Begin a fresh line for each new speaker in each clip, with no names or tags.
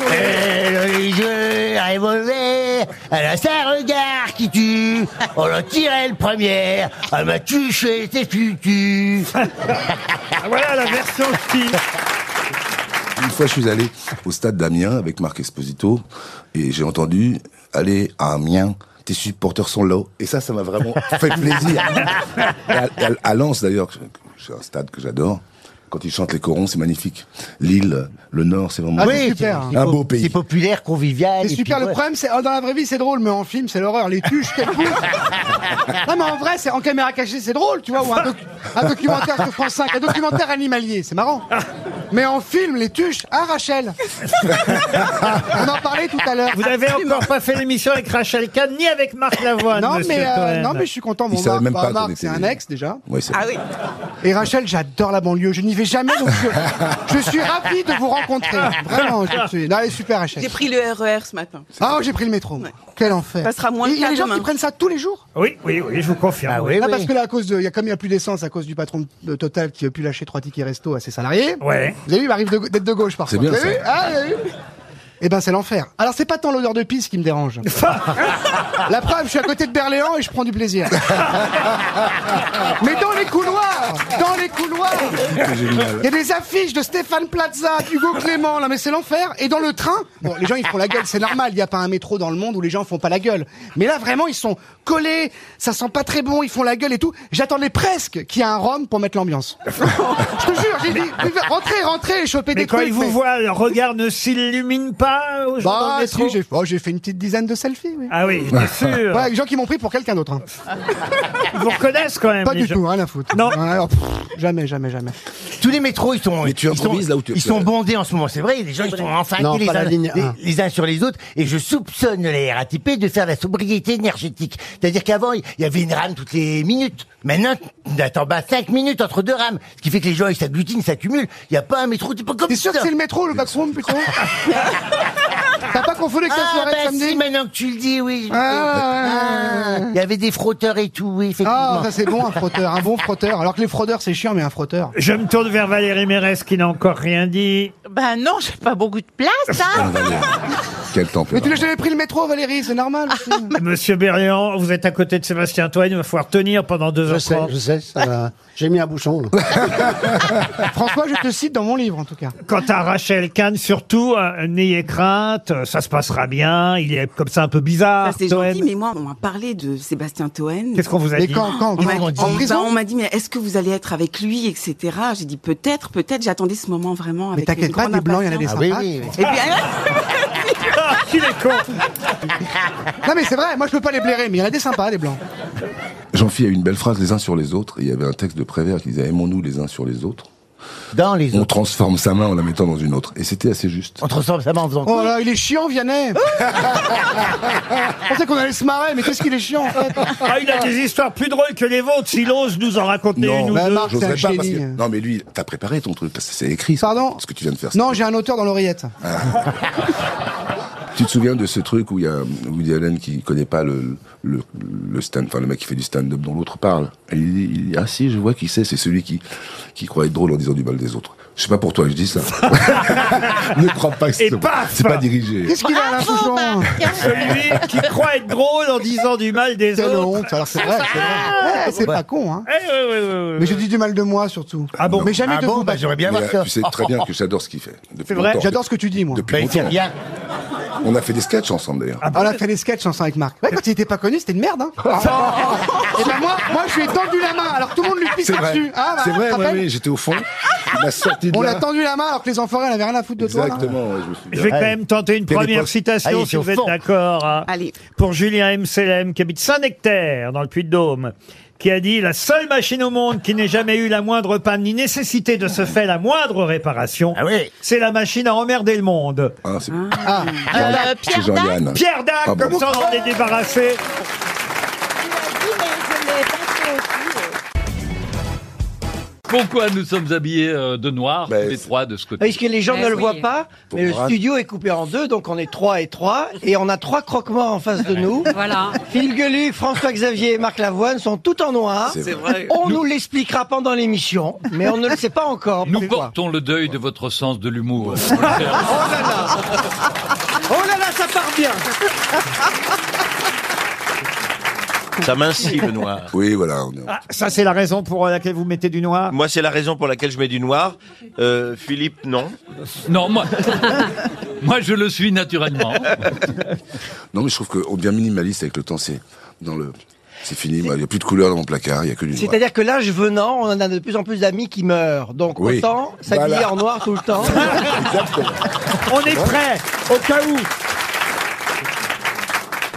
Euh, le jeu a évolué, elle a sa regard qui tue, on l'a tiré le premier, elle m'a touché, c'est futu.
Ah,
Ah, Voilà la version style.
Une fois, je suis allé au stade d'Amiens avec Marc Esposito et j'ai entendu aller à Amiens. Tes supporters sont là. Et ça, ça m'a vraiment fait plaisir. Et à, et à- à Lens, d'ailleurs, c'est un stade que j'adore. Quand ils chantent les corons, c'est magnifique. Lille, le Nord, c'est vraiment
Ah,
magnifique.
c'est super.
Un beau pays.
C'est populaire, convivial.
C'est
et
super.
puis
Le
ouais.
problème, c'est oh, dans la vraie vie, c'est drôle, mais en film, c'est l'horreur. Les tuches qu'elles poussent. non, mais en vrai, c'est en caméra cachée, c'est drôle, tu vois. Ou un, doc- un documentaire sur France 5, un documentaire animalier, c'est marrant. Mais en film, les tuches. Ah, Rachel. On en parlait tout à l'heure.
Vous avez encore pas fait l'émission avec Rachel Kahn ni avec Marc Lavoine.
Non
monsieur
mais,
Toen.
euh, non, mais je suis content. Mon
savait
Marc,
même
bah,
pas qu'on
Marc,
était
c'est un
des-
ex déjà.
Ouais, c'est-
Ah oui.
Et Rachel, j'adore la banlieue. Je n'y vais jamais, donc je, je suis ravi de vous rencontrer. Vraiment, je suis. Non, elle est super, Rachel.
J'ai pris le RER ce matin.
Ah, j'ai pris le métro. Quel enfer.
Passera moins
Il y a
tard
des gens
demain.
qui prennent ça tous les jours.
Oui, oui, oui, je vous confirme.
Ah oui,
Ah,
oui.
parce que là, à cause de, il y a, comme il n'y a plus d'essence à cause du patron de- de Total qui a pu lâcher trois tickets resto à ses salariés.
Ouais.
Vous avez vu, il m'arrive de- d'être de gauche parfois.
C'est bien,
Vous avez
ça.
vu Ah, vous avez vu Eh ben, c'est l'enfer. Alors, c'est pas tant l'odeur de pisse qui me dérange. La preuve, je suis à côté de Berléand et je prends du plaisir. Mais dans les couloirs, dans les couloirs,
c'est génial.
il y a des affiches de Stéphane Plaza, d'Hugo Clément, là, mais c'est l'enfer. Et dans le train, bon, les gens, ils font la gueule, c'est normal. Il n'y a pas un métro dans le monde où les gens font pas la gueule. Mais là, vraiment, ils sont collés, ça sent pas très bon, ils font la gueule et tout. J'attendais presque qu'il y ait un rhum pour mettre l'ambiance. Je te jure, j'ai dit, rentrez, rentrez, et choper
Mais
des
quand
trucs.
il vous
mais-
voit, le regard ne s'illumine pas au jour
Bah,
dans le
si,
métro
j'ai Bah, oh, j'ai fait une petite dizaine de selfies, oui.
Ah oui, bien sûr.
Ouais, les gens qui m'ont pris pour quelqu'un d'autre. hein.
Ils vous reconnaissent quand même.
Pas
les
du
gens.
tout, hein. rien à foutre.
Ah, Non.
Ouais, alors, pff, jamais, jamais, jamais.
Tous les métros, ils sont,
Mais tu
ils sont,
improvises là où tu-
ils sont bondés en ce moment, c'est vrai. Les gens, ils sont enfantés
Non,
les,
pas la
uns,
ligne
les,
un.
les uns sur les autres. Et je soupçonne les RATP de faire la sobriété énergétique. C'est-à-dire qu'avant, il y avait une rame toutes les minutes. Maintenant, t'attends pas 5 minutes entre deux rames. Ce qui fait que les gens, ils s'agglutinent, s'accumulent. Il n'y a pas un métro, c'est pas comme
T'es sûr que
ça.
c'est le métro, le backroom, plutôt T'as pas confondu avec ta
Ah,
soirée de
bah
samedi
si, maintenant que tu le dis, oui.
Ah, ouais, ouais,
Ah, il y avait des frotteurs et tout, oui,
Ah,
effectivement.
ça c'est bon, un frotteur, un bon frotteur. Alors que les fraudeurs, c'est chiant, mais un frotteur.
Je me tourne vers Valérie Mérès qui n'a encore rien dit.
Ben non, j'ai pas beaucoup de place, hein.
Quel
Mais tu
tempérament.
l'as jamais pris le métro, Valérie, c'est normal aussi.
Monsieur Berléand, vous êtes à côté de Sébastien Toine, il va falloir tenir pendant deux
Je
heures
sais,
trente.
je sais, ça va. j'ai mis un bouchon. là.
François, je te cite dans mon livre, en tout cas.
Quant à Rachel Kahn, surtout, euh, n'ayez crainte, euh, ça se passera bien, il est comme ça un peu bizarre.
Ah,
Ça, c'est
Toen.
gentil, mais moi, on m'a parlé de Sébastien Toen.
Qu'est-ce qu'on vous a
Mais
dit
quand, quand,
On m'a-
quand
on-
En
bah, on
prison
m'a dit, mais est-ce que vous allez être avec lui, etc. J'ai dit, peut-être, peut-être. J'attendais ce moment vraiment
Mais
avec
t'inquiète
une
pas,
grande
des blancs, il y en a des
impatience.
Ah oui,
sympas.
oui, oui.
Et puis, hein
Ah, il est con
Non, mais c'est vrai, moi je peux pas les blairer, mais il y en a des sympas, des blancs.
Jean-Philippe a une belle phrase les uns sur les autres. Et il y avait un texte de Prévert qui disait Aimons-nous les uns sur les autres.
Dans les
On
autres.
transforme sa main en la mettant dans une autre. Et c'était assez juste.
On transforme ça en faisant
Oh là, il est chiant, Vianney Je pensais qu'on allait se marrer, mais qu'est-ce qu'il est chiant, en fait
Ah, il a des histoires plus drôles que les vôtres, s'il ose nous en raconter une ou
bah,
deux.
Marc,
j'oserais
c'est un
parce que-
génie.
Non, mais lui, t'as préparé ton truc, parce que c'est écrit. ça,
Pardon
Ce que tu viens de faire.
Non, j'ai un auteur dans l'oreillette.
Tu te souviens de ce truc où il y a Woody Allen qui connaît pas le, le, le stand, enfin le mec qui fait du stand-up dont l'autre parle. Et il dit, il dit, ah si, je vois qui c'est, c'est celui qui, qui croit être drôle en disant du mal des autres. Je sais pas pour toi, je dis ça. ne crois pas que
Et
c'est
paf
c'est pas dirigé.
Qu'est-ce qu'il a,
Ah,
Alain Souchon
bah,
Celui qui croit être drôle en disant du mal des
Quelle
autres.
honte, alors c'est vrai, c'est vrai. Ouais, c'est pas con, hein.
Eh, ouais, ouais, ouais, ouais.
Mais je dis du mal de moi, surtout.
Ah bon
Mais jamais
Ah
de
bon,
vous.
bah, j'aurais bien
Mais, euh,
voir
euh,
ça.
tu sais très bien que j'adore ce qu'il fait. Depuis
vrai
longtemps.
J'adore ce que tu dis, moi.
Depuis
Bah, il fait
longtemps.
rien.
On a fait des sketchs ensemble d'ailleurs.
Ah, on a fait des sketchs ensemble avec Marc. Ouais, quand il était pas connu, c'était une merde. Hein. et ben moi, moi, je lui ai tendu la main. Alors tout le monde lui pisse
c'est vrai.
dessus. Ah, bah,
c'est
tu te
vrai, oui,
rappelles
oui, j'étais au fond. Il m'a sorti de
On
là.
l'a tendu la main alors que les enfoirés n'avaient rien à foutre de toi. là.
Exactement, ouais, je me souviens.
Je vais quand
Allez.
même tenter une
Quelle
première
époque.
citation,
Allez,
si
c'est au
vous êtes
fond.
d'accord. hein.
Allez.
Pour Julien M. Selem, qui habite Saint-Nectaire, dans le Puy-de-Dôme, qui a dit « La seule machine au monde qui n'ait jamais eu la moindre panne ni nécessité de se faire la moindre réparation,
Ah oui.
c'est la machine à emmerder le monde.
Ah, c'est
euh,
c'est
Pierre Dac,
Jean-Yann. »
Pierre Dac,
Ah bon.
comme ça on en est débarrassé.
Pourquoi nous sommes habillés euh, de noir,
Ben,
tous les
c'est-
trois de ce côté
Parce que les gens
Mais
ne le
Ben
voient
oui.
pas,
Pour
mais le
Brad.
studio est coupé en deux, donc on est trois et trois, et on a trois croque-morts en face de nous.
Voilà.
Phil Gueluc, François-Xavier et Marc Lavoine sont tout en noir.
C'est
vrai.
On nous l'expliquera pendant l'émission, mais on ne le sait pas encore.
Nous
pourquoi.
portons le deuil de votre sens de l'humour.
Oh là là Oh là là, ça part bien
Ça m'incie le noir.
Oui, voilà. on est-
Ah, ça, c'est la raison pour euh, laquelle vous mettez du noir
Moi, c'est la raison pour laquelle je mets du noir. Euh, Philippe, non.
non, moi, moi, je le suis naturellement.
Hein
Non, mais je trouve qu'on devient minimaliste avec le temps. C'est dans le, c'est fini. moi, Il n'y a plus de couleurs dans mon placard. Il n'y a que du noir.
C'est-à-dire que l'âge venant, on a de plus en plus d'amis qui meurent. Donc
Oui.
autant s'habiller
Voilà.
en noir tout le temps.
On est prêt, au cas où.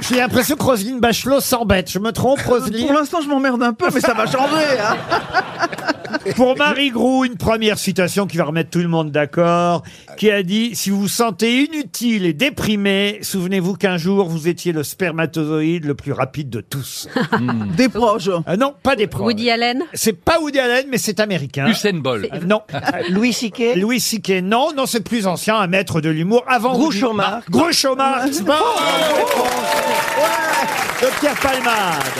J'ai l'impression que Roselyne Bachelot s'embête. Je me trompe, Roselyne
l'instant, je m'emmerde un peu,
Ah,
mais ça va changer. Hein
Pour Marie Groux, une première citation qui va remettre tout le monde d'accord, qui a dit « Si vous vous sentez inutile et déprimé, souvenez-vous qu'un jour, vous étiez le spermatozoïde le plus rapide de tous.
Des proches. »
Ah Non, pas des proches.
Woody Allen
C'est pas Woody Allen, mais c'est américain.
Usain Bolt.
Euh, Non.
Louis C.K.
Louis C.K. Non, non, c'est plus ancien, un maître de l'humour. Avant Ah, Woody-
Groucho-Marx.
Groucho-Marx. Bonne réponse de Pierre Palmade.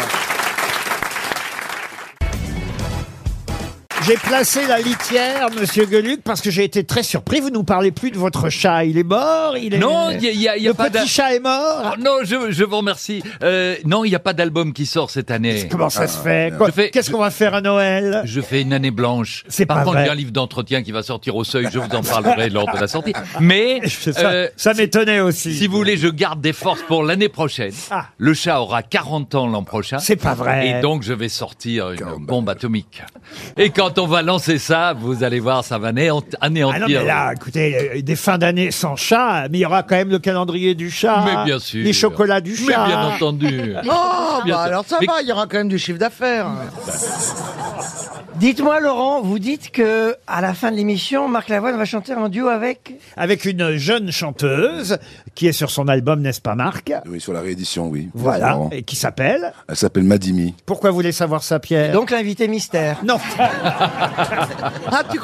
J'ai placé la litière, Monsieur Gueluc, parce que j'ai été très surpris. Vous nous parlez plus de votre chat. Il est mort. Il est
Non, il y a, il y a- il y a
le
pas d'a-
petit chat est mort.
Oh, Non, je, je vous remercie. Euh, non, il n'y a pas d'album qui sort cette année.
Comment ça se fait Quoi-
ah, Je fais-
Qu'est-ce qu'on va faire à Noël
Je fais une année blanche.
C'est
Par
pas
contre,
vrai.
il y a un livre d'entretien qui va sortir au seuil. Je vous en parlerai lors de la sortie. Mais
Ça,
euh,
ça m'étonnait aussi.
si vous voulez, je garde des forces pour l'année prochaine.
Ah.
Le chat aura 40 ans l'an prochain.
C'est pas vrai.
Et donc, je vais sortir une bombe atomique. Et quand on va lancer ça, vous allez voir, ça va anéant-
Ah non,
anéantir.
mais là, écoutez, euh, des fins d'année sans chat, mais il y aura quand même le calendrier du chat.
Mais bien sûr.
ah, Les chocolats du
Mais
chat.
bien entendu.
Oh,
Bien sûr. alors ça Mais- va,
il y aura quand même du chiffre d'affaires. Dites-moi, Laurent, vous dites que à la fin de l'émission, Marc Lavoine va chanter en duo avec.
Avec une jeune chanteuse qui est sur son album, n'est-ce pas, Marc
Oui, sur la réédition, oui.
Voilà.
Vraiment.
Et qui s'appelle.
Elle s'appelle Madimi.
Pourquoi vous voulez savoir ça, Pierre
Donc l'invité mystère.
Non.
Ah, tu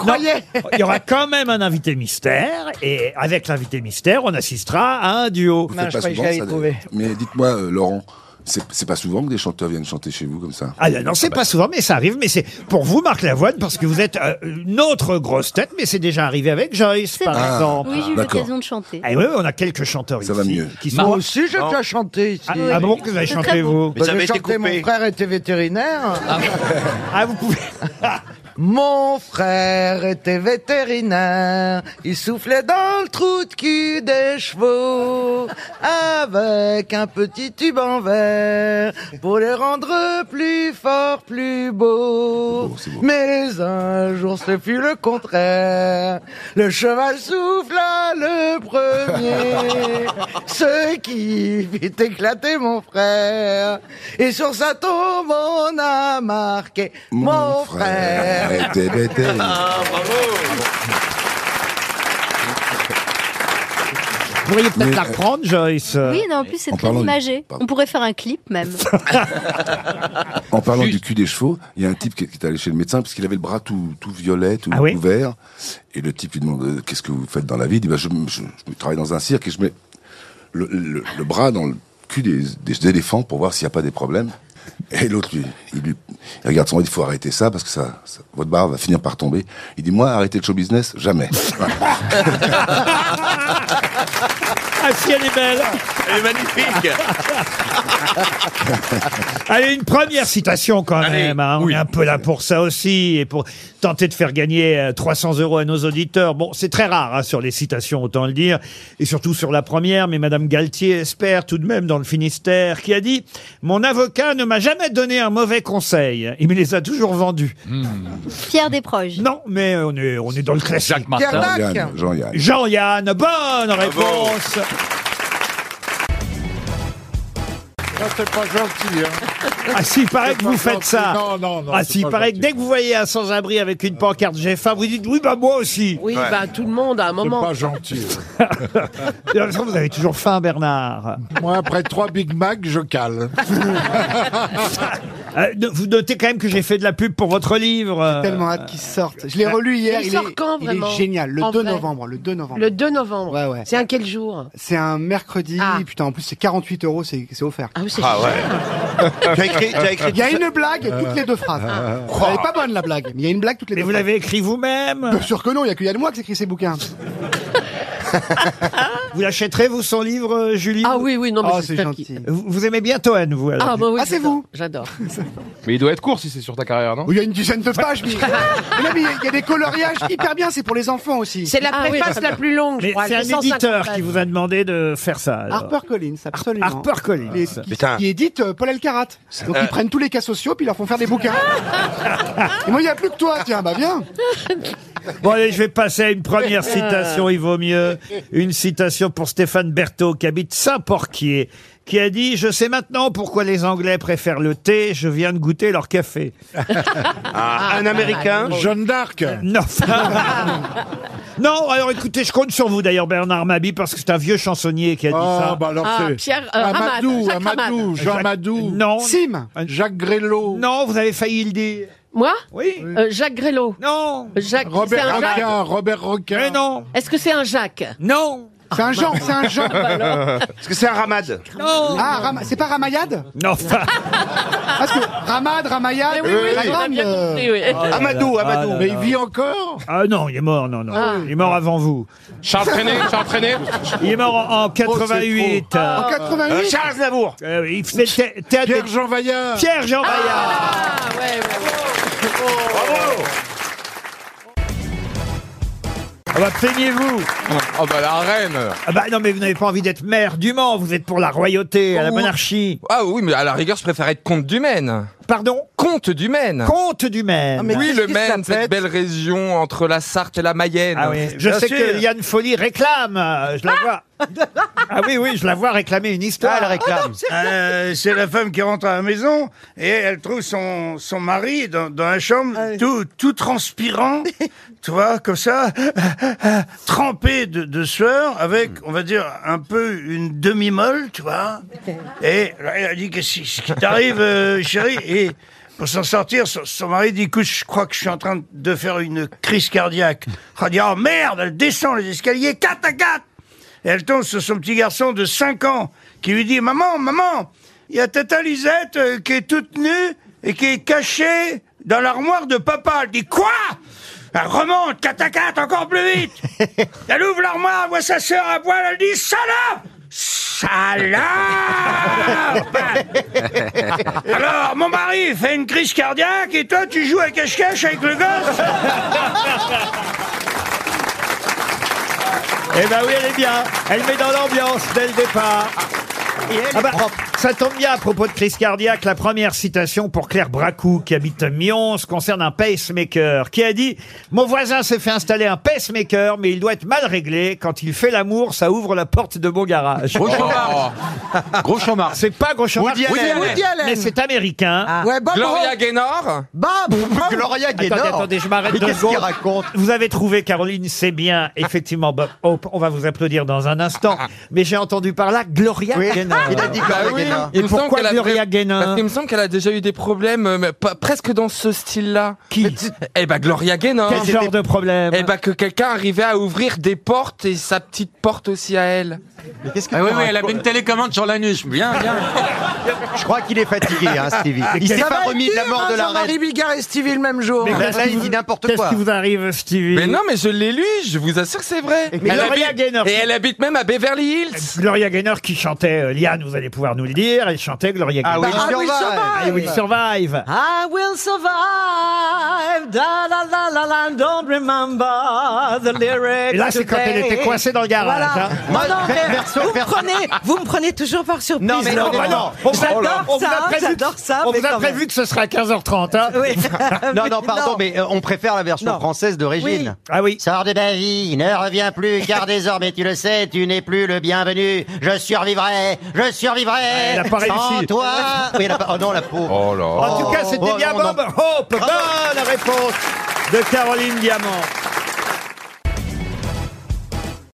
Il y aura quand même un invité mystère. Et avec l'invité mystère, on assistera à un duo.
Mince, je
Pas
croyais que
souvent,
j'allais
ça,
trouver.
d'ailleurs. Mais dites-moi, euh, Laurent, c'est c'est pas souvent que des chanteurs viennent chanter chez vous comme ça.
Ah non,
bah.
c'est pas souvent, mais ça arrive. Mais c'est pour vous, Marc Lavoine, parce que vous êtes euh, une autre grosse tête, mais c'est déjà arrivé avec Joyce, par
Ah.
exemple.
Oui, j'ai eu
D'accord.
l'occasion de chanter.
Ah oui, on a quelques chanteurs
Ça
ici
va mieux.
qui sont
Marc- Moi
aussi, j'ai déjà chanté ici.
Ah, ah bon, que vous avez
C'est
chanté,
très beau.
vous
Mais ça avait été coupé.
frère était vétérinaire.
Ah, vous pouvez.
Mon frère était vétérinaire. Il soufflait dans le trou de cul des chevaux avec un petit tube en verre pour les rendre plus forts, plus beaux.
C'est beau, c'est beau.
Mais un jour, ce fut le contraire. Le cheval souffla le premier, ce qui fit éclater mon frère. Et sur sa tombe, on a marqué mon, frère.
était vétérinaire.
Ah, bravo
Vous pourriez peut-être la reprendre, Joyce.
euh, Oui, non, en plus c'est
En
très
parlant de-
imagé.
pardon.
On pourrait faire un clip même.
En parlant
Juste.
du cul des chevaux, il y a un type qui est, qui est allé chez le médecin parce qu'il avait le bras tout, tout violet, tout,
Ah oui
tout vert. Et le type lui demande euh, qu'est-ce que vous faites dans la vie Il dit bah, je, je- je travaille dans un cirque et je mets le, le- le bras dans le cul des, des éléphants pour voir s'il n'y a pas des problèmes. Et l'autre, lui, il, lui, il regarde son bras, il dit faut arrêter ça parce que ça, ça- votre barre va finir par tomber. Il dit moi arrêter le show business jamais.
Ah, si elle est belle.
Elle est magnifique
Allez, une première citation quand
Allez,
même. hein. On
oui.
est un peu là pour ça aussi et pour tenter de faire gagner euh, 300 euros à nos auditeurs. Bon, c'est très rare hein, sur les citations, autant le dire, et surtout sur la première. Mais Madame Galtier espère tout de même dans le Finistère qui a dit mon avocat ne m'a jamais donné un mauvais conseil. Il me les a toujours vendus.
Pierre Desproges.
Non, mais on est on est dans le classique.
Jacques Martin.
Jean-Yann, Jean-Yann.
Jean-Yann,
Ah
bonne réponse.
C'est pas gentil, hein.
Ah, s'il paraît que vous faites ça.
Non, non, non,
Ah,
c'est
s'il
pas
paraît que
gentil.
dès que vous voyez un sans-abri avec une pancarte GFA, vous dites oui, bah moi aussi.
Oui, bah tout le monde à un
C'est
moment.
pas gentil.
De toute façon, vous avez toujours faim, Bernard.
Moi, après trois Big Mac, je cale.
Euh, ne- vous notez quand même que j'ai fait de la pub pour votre livre. euh,
Tellement hâte qu'il sorte. Je l'ai relu hier.
Il
Il,
sort
est,
quand,
il
vraiment
est génial. Le
En
2
vrai
novembre. Le 2 novembre.
Le 2 novembre.
Ouais, ouais.
C'est un quel jour
C'est un mercredi. Putain, en plus, c'est 48 euros. C'est c'est offert. Ah
oui, c'est
Ah ouais. Tu as écrit- tu as écrit
Il y a
tout ça
une blague toutes les deux phrases.
Ah.
Elle est pas bonne, la blague. Mais il y a une blague toutes les deux
vous
phrases.
l'avez écrit vous-même
Bien sûr que non. Il y a que Yann moi qui écrit ces bouquins.
Vous l'achèterez, vous, son livre, euh, Julie
Ah oui, oui, non, mais
Ah,
j'espère qu'il-
Vous, vous aimez bien Toen, vous alors
Ah, bah oui,
Oh, Ah, c'est
j'adore,
vous
J'adore.
Mais il doit être court si c'est sur ta carrière, non
Il y a une dizaine de pages. Mais... Mais non, mais il y a- il y a des coloriages hyper bien. C'est pour les enfants aussi.
C'est la
Ah oui,
préface
très
la
bien.
plus longue, je
Mais
crois.
c'est
elle fait
un
150
éditeur
pages.
qui vous a demandé de faire ça. alors.
HarperCollins, absolument.
HarperCollins.
Les- qui,
Putain.
qui édite euh, Paul Elkarat. Donc
Euh.
ils prennent tous les cas sociaux puis ils leur font faire des bouquins. Et moi, il n'y a plus que toi. Tiens, bah viens.
Bon, allez, je vais passer à une première citation, il vaut mieux. Une citation pour Stéphane Berthaud, qui habite Saint-Porquier, qui a dit Je sais maintenant pourquoi les Anglais préfèrent le thé, je viens de goûter leur café.
Ah,
bah,
un Américain
Jeanne d'Arc Non. Non, alors écoutez, je compte sur vous d'ailleurs, Bernard Mabi, parce que c'est un vieux chansonnier qui a dit
Ah,
ça.
bah alors Ah, c'est Pierre, euh, Hamad, Amadou, Jacques Amadou, Hamad. Jean Amadou.
Non.
Sim.
Jacques Grélo. Non, vous avez failli le dire.
Moi
Oui.
Euh, Jacques Grélo.
Non.
Jacques, c'est un Jacques.
Robert Roquin.
Mais non.
Est-ce que c'est un Jacques
Non.
C'est un Jean, c'est un Jean.
Est-ce que c'est un ramad
Non.
Ah, Ram- c'est pas Ramayad
Non.
Parce que Ramad,
Eh
Ramayad,
oui, oui,
la
oui.
grande, euh,
Amadou, Amadou. Mais il vit
encore Ah non, il est mort, non, non.
Ah.
Il est mort avant vous.
Charles Trenet, Charles Trenet. Oh,
Il est mort en, en 88.
trop. En 88? Euh,
Charles Navour. Ah il faisait thé- théâtre.
Pierre Jean Vaillard.
Pierre Jean Vaillard. Ah bah, plaignez-vous.
Oh bah la reine.
Ah bah non, mais vous n'avez pas envie d'être maire du Mans, vous êtes pour la royauté, à la
Ouh.
monarchie.
Ah oui, mais à la rigueur, je préfère être comte du Maine.
Pardon
Comte du Maine.
Comte du Maine.
Ah,
oui, le Maine, cette belle région entre la Sarthe et la Mayenne.
Ah oui, je sais que Yann Folly réclame, euh, je la vois. Ah oui, oui, je la vois réclamer une histoire. Ah, elle réclame.
Euh, c'est la femme qui rentre à la maison et elle trouve son, son mari dans, dans la chambre, tout, tout transpirant, tu vois, comme ça, trempé de, de sueur, avec, on va dire, un peu une demi-molle, tu vois. Et là, elle dit Qu'est-ce qui- ce qui t'arrive, euh, chérie Et pour s'en sortir, son, son mari dit Écoute, je crois que je suis en train de faire une crise cardiaque. Elle dit Oh merde, elle descend les escaliers, 4 à 4 Et elle tombe sur son petit garçon de 5 ans qui lui dit Maman, maman, il y a Tata Lisette euh, qui est toute nue et qui est cachée dans l'armoire de papa. Elle dit Quoi elle remonte, 4 à 4, encore plus vite Elle ouvre l'armoire, elle voit sa sœur à poil, elle dit « Salope Salope !» Alors, mon mari fait une crise cardiaque et toi, tu joues à cache-cache avec le gosse
Eh ben oui, elle est bien. Elle met dans l'ambiance dès le départ. Ah bah, ça tombe bien à propos de crise cardiaque. La première citation pour Claire Bracou, qui habite à Mions, concerne un pacemaker, qui a dit « Mon voisin s'est fait installer un pacemaker, mais il doit être mal réglé. Quand il fait l'amour, ça ouvre la porte de mon garage. »
Gros Chambard.
Oh.
Gros Chambard. C'est pas Gros Chambard.
Woody Allen. Woody Allen. Ah.
Mais c'est américain.
Ouais, Bob Gloria Rock. Gaynor.
Bob.
Gloria
Attendez,
Gaynor.
attendez, je m'arrête
Mais
deux
qu'est-ce qu'il
secondes. Vous avez trouvé, Caroline, c'est bien. Effectivement, Bob Hope, on va vous applaudir dans un instant. Mais j'ai entendu par là Gloria Gaynor.
Bah oui. Il
Et
me semble
pourquoi
qu'elle a-
Gloria
Parce
Gaynor
qu'il me semble qu'elle a déjà eu des problèmes euh, mais pas- presque dans ce style-là. Qui Eh ben Gloria Gaynor.
Quel genre de problème
Eh ben que quelqu'un arrivait à ouvrir des portes et sa petite porte aussi à elle. Mais qu'est-ce
Ah oui, oui, elle avait une télécommande sur l'anus. Bien, bien. Je crois qu'il est fatigué, hein, Stevie. Il s'est
Ça
pas
va
remis
être
de la
dur,
mort de
hein,
la
Jean-Marie
reine.
Bigard et Stevie le même jour.
Ah,
Mais
Là, il dit n'importe quoi.
arrive, Stevie
Mais non, mais je l'ai lu, je vous
Ah
Ah
assure que c'est vrai.
Mais
Elle
Gloria
habite-
Gaynor-
Et elle habite même à Beverly Hills.
Gloria Gaynor qui chantait euh, Liane, vous allez pouvoir nous le dire. Elle chantait Gloria
Ah,
Gaynor.
Will
I will survive.
I will survive. Da la la la la. Don't remember the lyrics.
Et là, c'est quand
today.
elle était coincée dans le garage,
Voilà.
hein.
Non,
Moi,
non, mais
perso-
vous, me
perso-
prenez, vous me prenez toujours par surprise.
Non, mais non,
Laurent.
mais non. On vous a- oh on
Ah bah J'adore
vous a
ça.
prévu que-
J'adore ça.
on
mais
vous a
quand
prévu
même.
que ce sera à 15h30. Hein.
Oui.
Non, non, pardon,
Ah, Non.
mais euh, on préfère la version
Non.
française de Régine.
Oui.
Ah oui.
Sors de ma vie, ne reviens plus, car désormais tu le sais, tu n'es plus le bienvenu. Je survivrai, je survivrai.
Ah, Elle a pas
Sans
réussi.
toi. Oui, elle a pas- Oh non, la peau.
Oh là.
En tout cas, c'était
Oh,
bien
non, non.
Bob Hope. Bonne réponse de Caroline Diamant.